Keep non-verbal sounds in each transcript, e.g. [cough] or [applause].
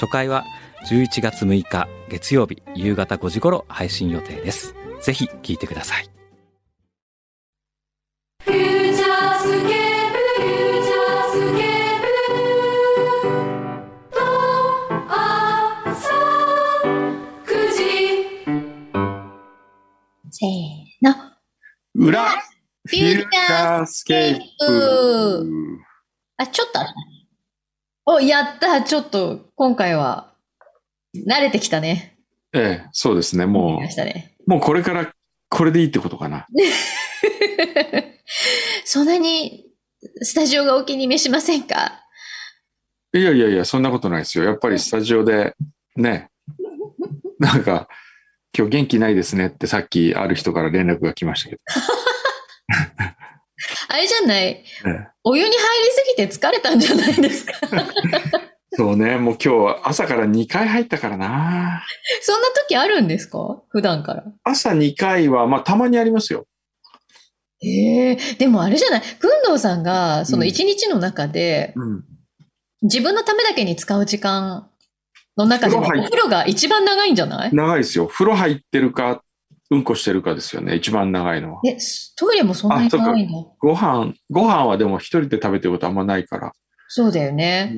初回は11月6日月曜日夕方5時頃配信予定ですぜひ聞いてくださいフューチャースケープフューチャースケープと朝9時せーの。裏フフューチャースケープ。あ、ちょっとあったねお、やった。ちょっと、今回は、慣れてきたね。ええ、そうですね。慣れもてきましたね。 [laughs] う、もうこれから、これでいいってことかな。そんなに、スタジオがお気に召しませんかいやいやいや、そんなことないですよ。やっぱりスタジオで、ね、 [laughs] なんか、今日元気ないですねってさっきある人から連絡が来ましたけど。あれじゃないええお湯に入りすぎて疲れたんじゃないです [laughs] かそうね、もう今日は朝から2回入ったからな。そんな時あるんですか普段から。朝2回は、まあたまにありますよ。ええでもあれじゃない群藤さんが、その一日の中で、うん。自分のためだけに使う時間の中でも、お風呂入っ風呂が一番長いんじゃない長いですよ。風呂入ってるか、うんこしてるかですよね。一番長いのは。え、すトイレもそんなにあそっか長いのご飯、ご飯はでも一人で食べてることあんまないから。そうだよね。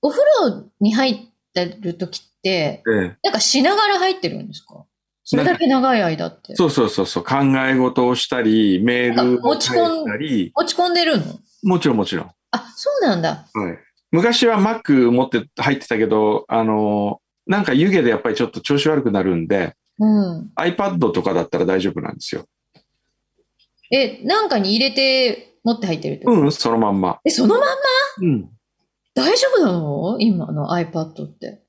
お風呂に入ってる時って、ええ。なんかしながら入ってるんですかそれだけ長い間って。そうそうそうそう、考え事をしたり、メールを書いたり、落ち込んでるのもちろんもちろん。あ、そうなんだ。はい、昔は Mac 持って入ってたけど、あの、なんか湯気でやっぱりちょっと調子悪くなるんで、うん。 iPad とかだったら大丈夫なんですよ。え、なんかに入れて持って入ってるってこと、うん、そのまんま。え、そのまんまうん。大丈夫なの今の iPad って。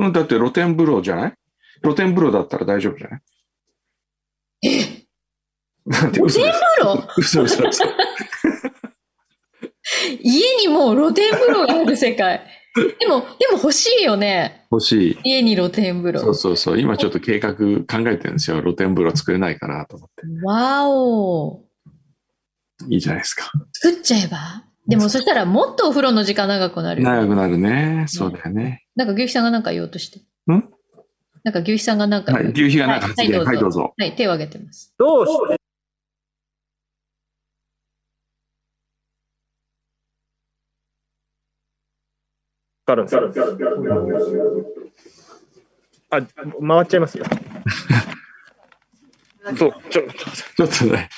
うん、だって露天風呂じゃない露天風呂だったら大丈夫じゃないえ、なんて露嘘天です風呂嘘嘘嘘。家にもう露天風呂がある世界。でも、でも欲しいよね。欲しい。家に露天風呂。そうそうそう。今ちょっと計画考えてるんですよ。露天風呂作れないかなと思って。わおいいじゃないですか。作っちゃえばでもそしたらもっとお風呂の時間長くなるよ。長くなるね。そうだよね。なんか牛肥さんが何か言おうとして。んなんか牛肥さんが何かはい、言おうと牛皮がなんか発言、はいはい、どうぞ。はい、手を挙げてます。どうしてかかるんですかあ、回っちゃいますよ。 [laughs] そう、ちちょ、ょっとね、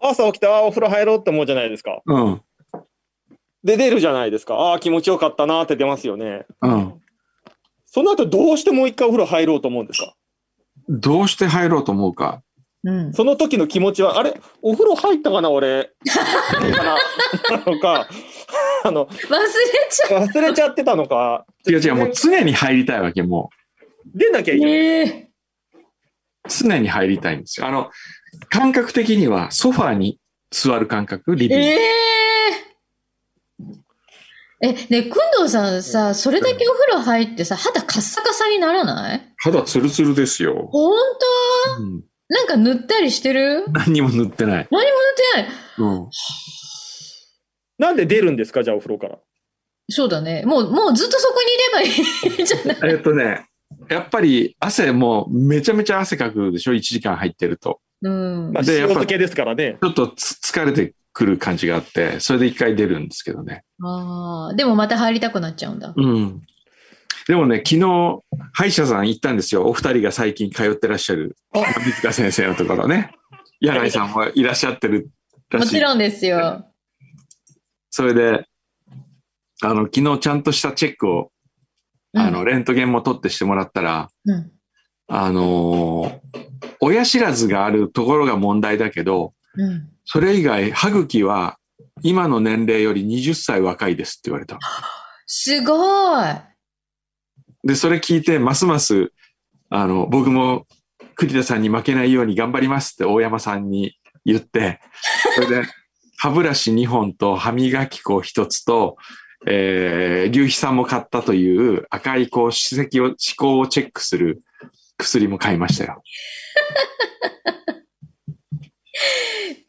朝起きた、あお風呂入ろうって思うじゃないですか。うん、で、出るじゃないですか。ああ、気持ちよかったなーって出ますよね。うん。その後、どうしてもう一回お風呂入ろうと思うんですかどうして入ろうと思うか。うん。その時の気持ちは、あれお風呂入ったかな俺。かななのか、 [laughs] あの、忘れちゃ忘れちゃってたのか、違う違う、もう常に入りたいわけ、も出なきゃう。いけない。ええう。常に入りたいんですよ。あの、感覚的には、ソファーに座る感覚、リビング。えええ、ね、くんどうさんさ、それだけお風呂入ってさ、肌カッサカサにならない肌ツルツルですよ。ほんとうん、なんか塗ったりしてる塗っ何にも塗ってない。てない。うん。なんで出るんですかじゃあお風呂から。そうだね。もう、もうずっとそこにいればいいじゃないえっとね、やっぱり汗、もうめちゃめちゃ汗かくでしょ、1時間入ってると。うんまあ、。で塩やっぱ漬けですからね。ちょっとつ疲れてくる感じがあって、それで一回出るんですけどね。ああ、でもまた入りたくなっちゃうんだ。うん。でもね、昨日、歯医者さん行ったんですよ。お二人が最近通ってらっしゃる、あ水塚先生のところね。柳井さんもいらっしゃってるらもしちい。ろんですよ。それで、あの、昨日ちゃんとしたチェックを、あの、レントゲンも取ってしてもらったら、うん、あのー親知らずがあるところが問題だけど、うん。それ以外、歯茎は今の年齢より20歳若いですって言われた。すすごい。で、それ聞いて、ますます、あの、僕も栗田さんに負けないように頑張りますって大山さんに言って、それで、 [laughs] 歯ブラシ2本と歯磨き粉1つと、えー、牛皮さんも買ったという赤いこう、歯石を、歯垢をチェックする薬も買いましたよ。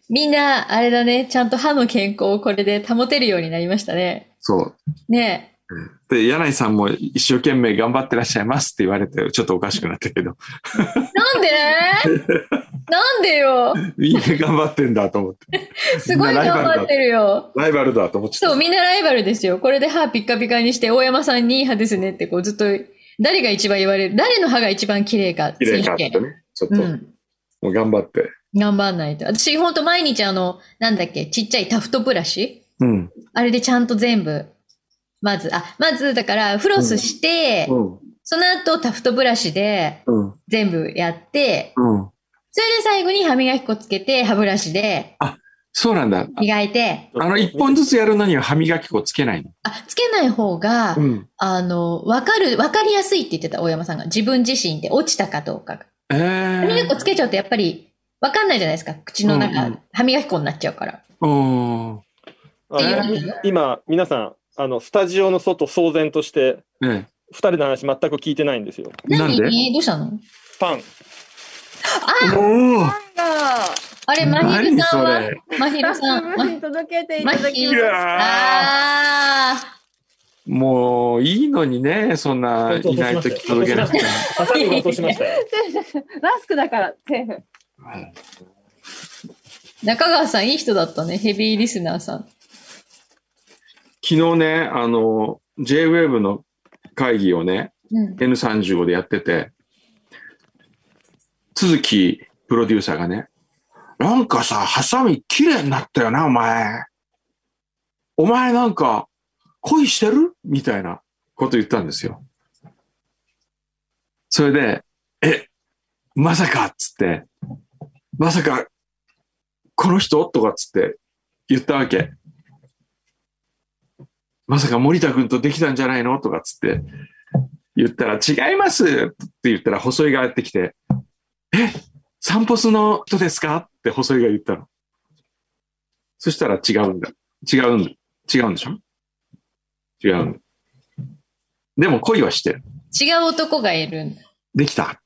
みんな、あれだね、ちゃんと歯の健康をこれで保てるようになりましたね。そう。ねで、柳井さんも一生懸命頑張ってらっしゃいますって言われて、ちょっとおかしくなったけど、 [laughs] え。なんで [laughs] なんでよみんな頑張ってんだと思って。 [laughs] すごい頑張ってるよ。ライバルだと思っちゃそっう、みんなライバルですよ。これで歯ピッカピカにして、大山さんにいい歯ですねって、こうずっと、誰が一番言われる誰の歯が一番綺麗か、た。綺麗か選っ手て権。ね。ちょっと、うん。もう頑張って。頑張んないと。私、ほんと毎日あの、なんだっけ、ちっちゃいタフトブラシうん。あれでちゃんと全部、まず、あ、まず、だから、フロスして、うん。その後、タフトブラシでうん。全部やって、うん。それで最後に歯磨き粉つけて、歯ブラシでそうなんだ。磨いて、あの、一本ずつやるのには歯磨き粉つけないの。あ、つけない方が、ん。あの、わかる、わかりやすいって言ってた、大山さんが。自分自身で落ちたかどうかが。え歯磨きー。粉つけちゃうとやっぱり、わかんないじゃないですか。口の中、うんうん歯磨き粉になっちゃうから。うん。あのっていう今、皆さん、あの、スタジオの外騒然として、え二人の話全く聞いてないんですよ。え。なん何でどうしたのパン。おーあれ、まひる何さんそはれまひるさん。すごまい届けていまただひきるまやしあー。もう、いいのにね、そんな、いないとき届け [laughs] なくて。ハサミが落としましたよ。た。マスクだから、セーフ。中川さん、いい人だったね。ヘビーリスナーさん。昨日ね、あの、JWAVE の会議をね、うん。 N35 でやってて、鈴木プロデューサーがね、なんかさ、ハサミ綺麗になったよな、お前。お前なんか恋してるみたいなこと言ったんですよ。それで、え、まさかっつって、まさか、この人とかっつって言ったわけ。まさか森田君とできたんじゃないのとかっつって言ったら、違いますって言ったら、細井がやってきて、え、散歩すの人ですかって細井が言ったの。そしたら違うんだ。違うんだ。違うんでしょ違うんだ。でも恋はしてる。違う男がいるんだ。できた。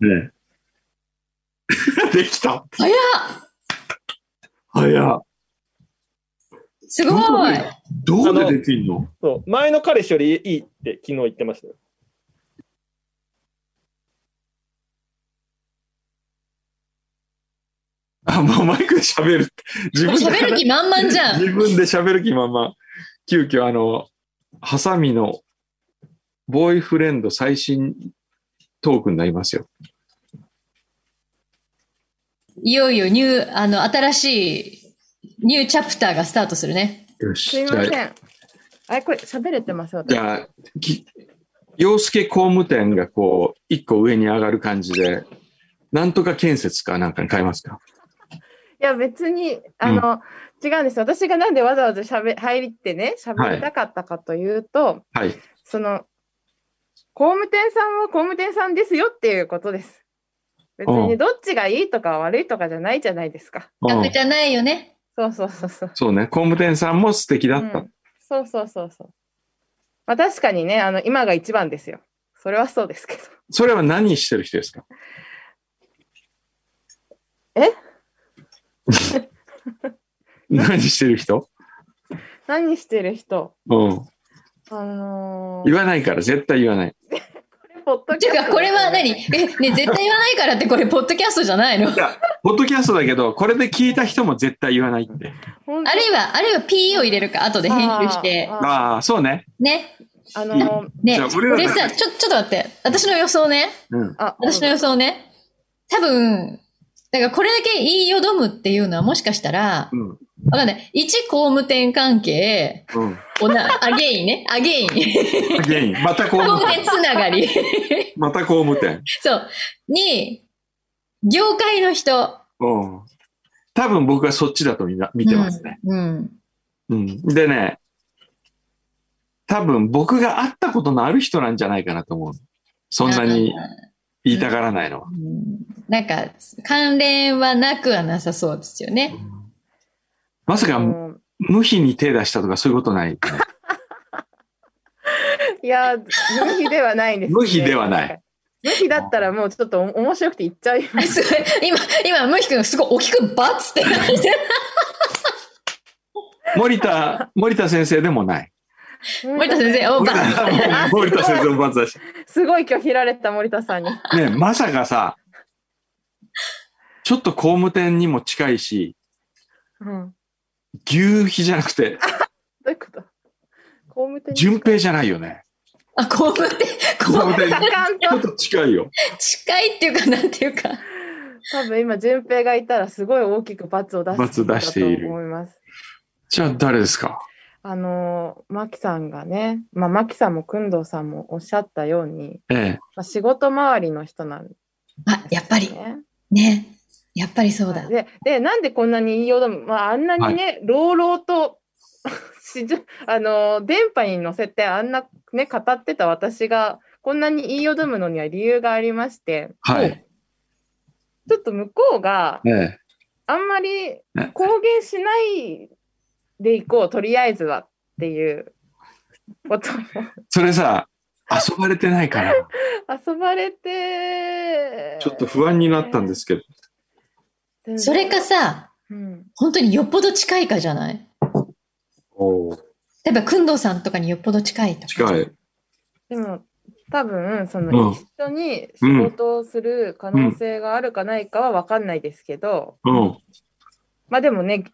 ねえ [laughs] できた。早っ早っ。すごいどうでできんのそう前の彼氏よりいいって昨日言ってましたよ。あ、もうマイクで喋るって。自分で喋る気満々じゃん。自分で喋る気まま、急遽あの、ハサミのボーイフレンド最新トークになりますよ。いよいよニュー、あの、新しいニューチャプターがスタートするね。よしすいまじゃせん。あれ、これ、喋れてますあ、じ私。ゃあき洋介工務店がこう、一個上に上がる感じで、なんとか建設かなんかに変えますか。いや、別に、あの、違うんです。私がなんでわざわざ喋入りってね、喋りたかったかというと、はい。その、工務店さんは工務店さんですよっていうことです。別うにんどっちがいいとか悪いとかじゃないじゃないですか。うん楽じゃないよね。そうそうそうそう。そうね、工務店さんも素敵だった。うんそうそうそうそう。まあ確かにね、あの今が一番ですよ。それはそうですけど。それは何してる人ですかえ [laughs] 何してる人何してる人うん。あのー、言わないから、絶対言わない。ポッドてキいャうストか、これは何え、ね、絶対言わないからって、これ、ポッドキャストじゃない [laughs] のポッドキャストだけど、これで聞いた人も絶対言わないって。本当あるいは、あるいは P を入れるか、後で編集して。あーあああ、そうね。ね。ね。ーあのー、じゃあ俺らこれださ、ちょ、ちょっと待って。私の予想ね。うん。あ、私の予想ね。多分、だからこれだけ言いよどむっていうのはもしかしたら、うん。わかんない。一工務店関係、うん。おな、アゲインね。ア [laughs] ゲイン。ゲイン。また工工務務店店。つながり。また工務店。そう。に、業界の人。うん。多分僕はそっちだとみんな見てますね。うん。うん。でね、多分僕が会ったことのある人なんじゃないかなと思う。そんなに言いたがらないのは。うんなんか、関連はなくはなさそうですよね。まさかうん無比に手出したとかそういうことない、ね。いや、無比ではないです、ね。無比ではない。無比だったらもうちょっと面白くて言っちゃいます。すごい [laughs] 今、今、ムヒ君すごい大きくバツって感じで。森田、森田先生でもない。森田先生、おバツ。 [laughs] 森田先生もバツだし。すごい今日ひられた森田さんに。ねえまさかさ、ちょっと工務店にも近いし、うん。牛皮じゃなくて、どういうこと公務店順平じゃないよね。あ、こうって、こ工務店にカンちょっとと近いよ。う、近いっていうか、なんていうか。多分今順平がいたらすごい大きく罰を出して罰出していると思います。じゃあ誰ですかあのーマキさんがね、まあマキさんも工藤さんもおっしゃったように、ええ。まあ、仕事周りの人なんですあ、やっぱり、ね。ね。やっぱりそうだ。ででなんでこんなに言いようだも、まあ、あんなにね、朗々と [laughs] 市場あのー電波に乗せてあんなね語ってた私がこんなに言いよどむのには理由がありましてはい。ちょっと向こうがええ。あんまり公言しないでいこうとりあえずはっていうことをそれさ、遊ばれてないから、 [laughs] 遊ばれて、ちょっと不安になったんですすけど。それかさ、うん、本当によっぽど近いかじゃない例えば、くんどうさんとかによっぽど近いとか。近い。でも多分そうんの一緒に仕事をする可能性があるかないかは分かんないですけど、うん。まあでもね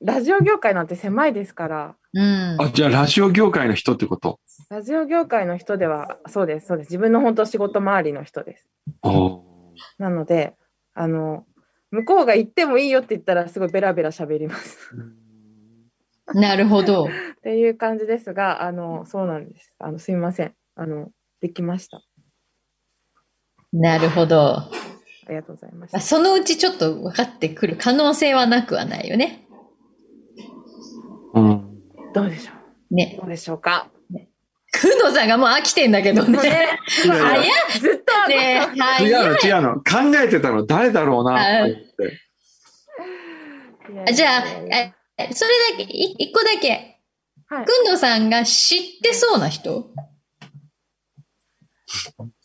ラジオ業界なんて狭いですからうん。あ、じゃあラジオ業界の人ってことラジオ業界の人ではそうですそうです自分の本当仕事周りの人です。おなので、あの、向こうが行ってもいいよって言ったら、すごいベラベラ喋ります。 [laughs] なるほど。っていう感じですが、あの、そうなんです。あの、すみません。あの、できました。なるほど。ありがとうございましあた。そのうちちょっと分かってくる可能性はなくはないよね。うん。どうでしょう。ね。どうでしょうか。くんどうさんがもう飽きてんだけど [laughs] [laughs] ね。ね、いや早いいずっと、ね。はや違うい。の、違うの。考えてたの、誰だろうなって思って。いやいやいやあじゃあ、あそれだけ、い一個だけ。はいくんどうさんが知ってそうな人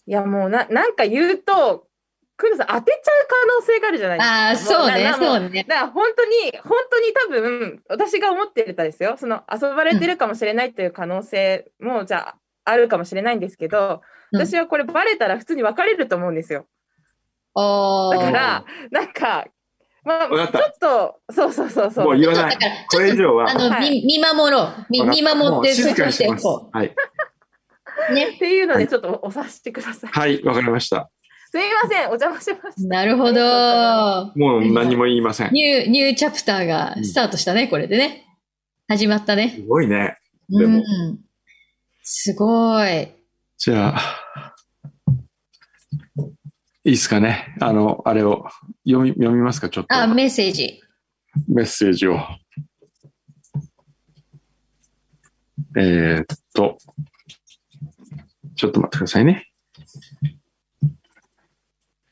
いや、もう、な、なんか言うと、クルさん当てちゃう可能性があるじゃないですか。ああ、そうね、もうなそうね。だから本当に本当に多分私が思ってたですよその遊ばれてるかもしれないという可能性もじゃああるかもしれないんですけどうん私はこれバレたら普通に別れると思うんですよおだかー。らなんかまあちょわかっったとそうそうそうもそうう言わだないか。ら、これ以上はあ。の、はいみ見守ろう。みわかっ見た守もっうて、静かにしてしいます。こはい。う。ね。っていうのはでいちょっとお察してください、はい、わかりました。すいませんお邪魔しましたなるほど。もう何も言いません。ニュー、ニューチャプターがスタートしたね、これでね。始まったねす。ごいね。でうもん。すごい。じゃあ、いいですかね。あの、あれを読み、読みますか、ちょっと。あ、メッセージ。メッセージを。えーっと、ちょっと待ってくださいね。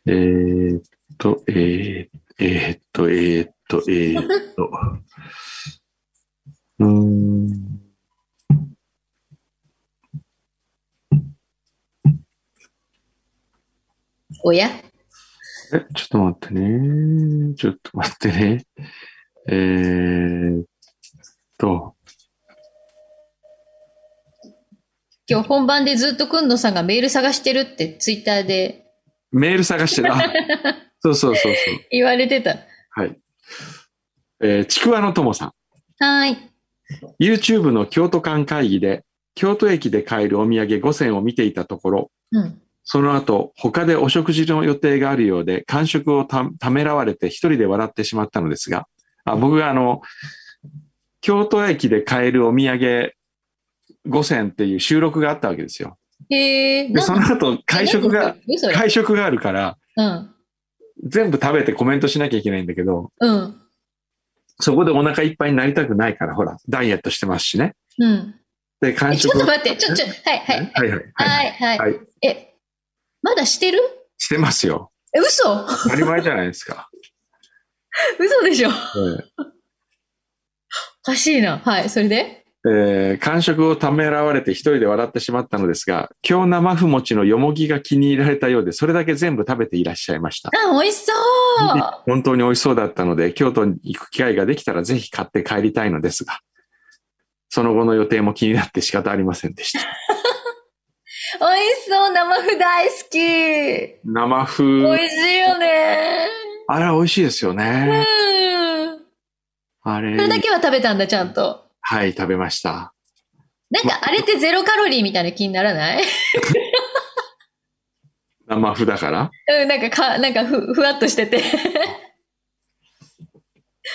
えーっと、えー、えーっと、えーっと、えーっと。うーん。おやえ、ちょっと待ってね。ちょっと待ってね。えーっと、今日本番でずっとくんどさんがメール探してるってツイッターでメール探してた。あそうそうそうそう。言われてた。はい。えーちくわのともさん。はーい。 YouTube の京都間会議で、京都駅で買えるお土産5選を見ていたところ、うん。その後、他でお食事の予定があるようで、感触をたためらわれて一人で笑ってしまったのですが、あ僕があの、京都駅で買えるお土産5選っていう収録があったわけですよ。へえ。で、その後、会食が、。えそれ会食があるから、うん。全部食べてコメントしなきゃいけないんだけど、うん。そこでお腹いっぱいになりたくないから、ほら、ダイエットしてますしね。うん。で、完えちょ食っとは待って、ちょ、ちょ、はい、はい。いはいはい。はい、はい。はいえ、まだしてるしてますよ。え、嘘当たり前じゃないですか。嘘でしょえおかしいな。はい、それでええー完食をためらわれて一人で笑ってしまったのですが、京生ふもちのよもぎが気に入られたようで、それだけ全部食べていらっしゃいました。あ、美味しそう本当に美味しそうだったので、京都に行く機会ができたらぜひ買って帰りたいのですが、その後の予定も気になって仕方ありませんでした。美味しそう生麩大好き美生風、味しいよねあれは美味しいですようんね。。あれそれだけは食べたんだ、ちゃんと。はい、食べました。なんか、あれってゼロカロリーみたいな気にならない生風だから。うん、なんかか、なんかふ、ふわっとしてて。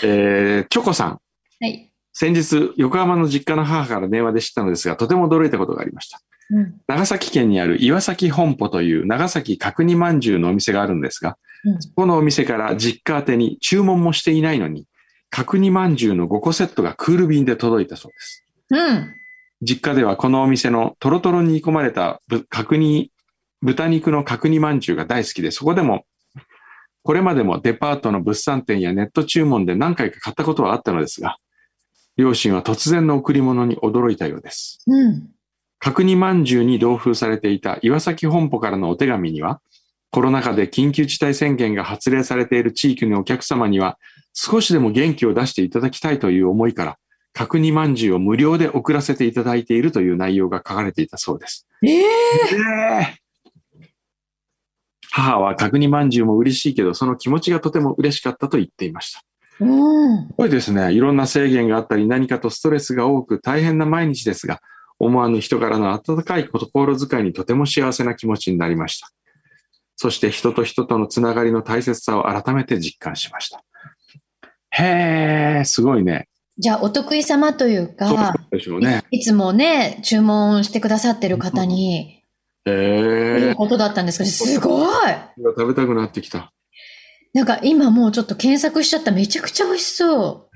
えー、チョコさん。はい。先日、横浜の実家の母から電話で知ったのですが、とても驚いたことがありました。うん。長崎県にある岩崎本舗という長崎角煮まんじゅうのお店があるんですが、うんそこのお店から実家宛てに注文もしていないのに、角煮まんじゅうの5個セットがクール便で届いたそうです。うん。実家ではこのお店のトロトロに煮込まれたぶ角煮、豚肉の角煮まんじゅうが大好きで、そこでも、これまでもデパートの物産展やネット注文で何回か買ったことはあったのですが、両親は突然の贈り物に驚いたようです。うん。角煮まんじゅうに同封されていた岩崎本舗からのお手紙には、コロナ禍で緊急事態宣言が発令されている地域のお客様には、少しでも元気を出していただきたいという思いから、角煮まんじゅうを無料で送らせていただいているという内容が書かれていたそうです。えええー母は角煮まんじゅうも嬉しいけど、その気持ちがとても嬉しかったと言っていました。うん。すごいですね。いろんな制限があったり、何かとストレスが多く大変な毎日ですが、思わぬ人からの温かい心遣いにとても幸せな気持ちになりました。そして人と人とのつながりの大切さを改めて実感しました。へー、すごいね。じゃあ、お得意様というそうか、でしょうね。いつもね、注文してくださってる方に、へというー、ことだったんですけど、すごい今食べたくなってきた。なんか今もうちょっと検索しちゃった。めちゃくちゃ美味しそ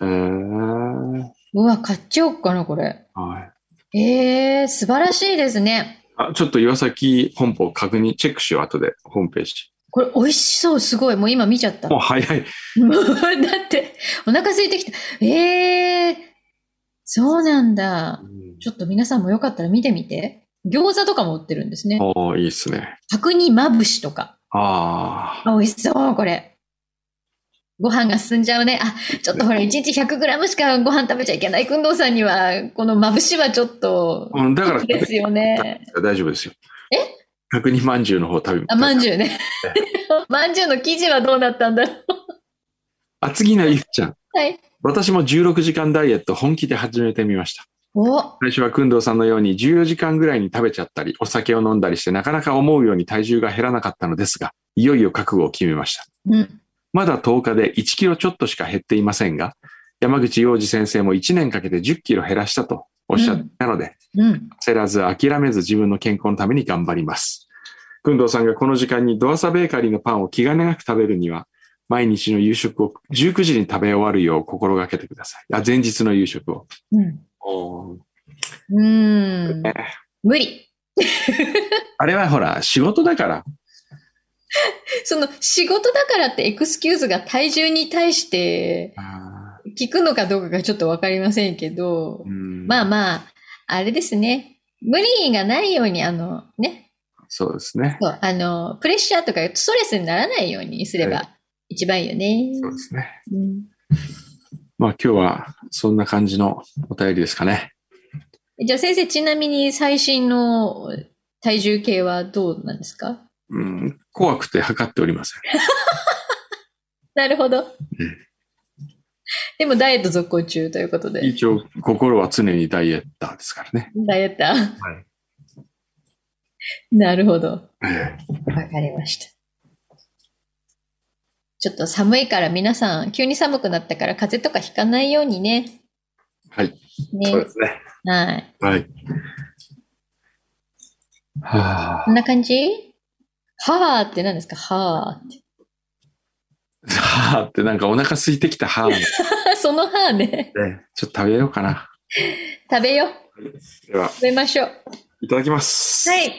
へー、う。うわ、買っちゃおうかな、これ。はい。ええ素晴らしいですね。あ、ちょっと岩崎本舗を確認、チェックしよう、後で、ホームページ。これ美味しそう、すごい。もう今見ちゃった。も [laughs] うだ早い。って、お腹空いてきた。ええそうなんだ。ちょっと皆さんもよかったら見てみて。餃子とかも売ってるんですね。おー、いいですね。角煮まぶしとか。あー。あ美味しそう、これ。ご飯が進んじゃうね。あ、ちょっとほら、1日 100g しかご飯食べちゃいけない、くんどうさんには、このまぶしはちょっと、うん、だから、ですよね。大丈夫ですよ。え角煮まんじゅうの方食べあ、まんじゅう [laughs] ね。 [laughs] まんじゅうの生地はどうなったんだろう。厚木のゆきちゃん。はい。私も16時間ダイエット本気で始めてみました。お、最初は工藤さんのように14時間ぐらいに食べちゃったり、お酒を飲んだりしてなかなか思うように体重が減らなかったのですが、いよいよ覚悟を決めました。うん。まだ10日で1キロちょっとしか減っていませんが、山口洋二先生も1年かけて10キロ減らしたとおっしゃっていたので、うん。焦らず諦めず自分の健康のために頑張ります。くんどうさんがこの時間にドアサベーカリーのパンを気兼ねなく食べるには、毎日の夕食を19時に食べ終わるよう心がけてください。あ、前日の夕食を。うん。うーん。無理。あれはほら、仕事だから。その、仕事だからってエクスキューズが体重に対して効くのかどうかがちょっとわかりませんけど、まああ。まあ、あれですね。無理がないように、あの、ね、そうですね。そうあの、プレッシャーとかストレスにならないようにすれはば一番いいよね。そうですね。うんまあ今日はそんな感じのお便りですかね。じゃあ先生、ちなみに最新の体重計はどうなんですかうん、怖くて測っておりません。なるほど。でもダイエット続行中ということで。一応、心は常にダイエッターですからね。ダイエット。なるほど。わええかりました。ちょっと寒いから皆さん、急に寒くなったから風邪とかひかないようにね。はい。そうねで。すね。はい。はい。はこんな感じはーって何ですかはーっあ、はあってなんかお腹空いてきたはあもて。そのはーね。 [laughs] ねちょっと食べようかな。食べよう。では、食べましょう。いただきます。はい。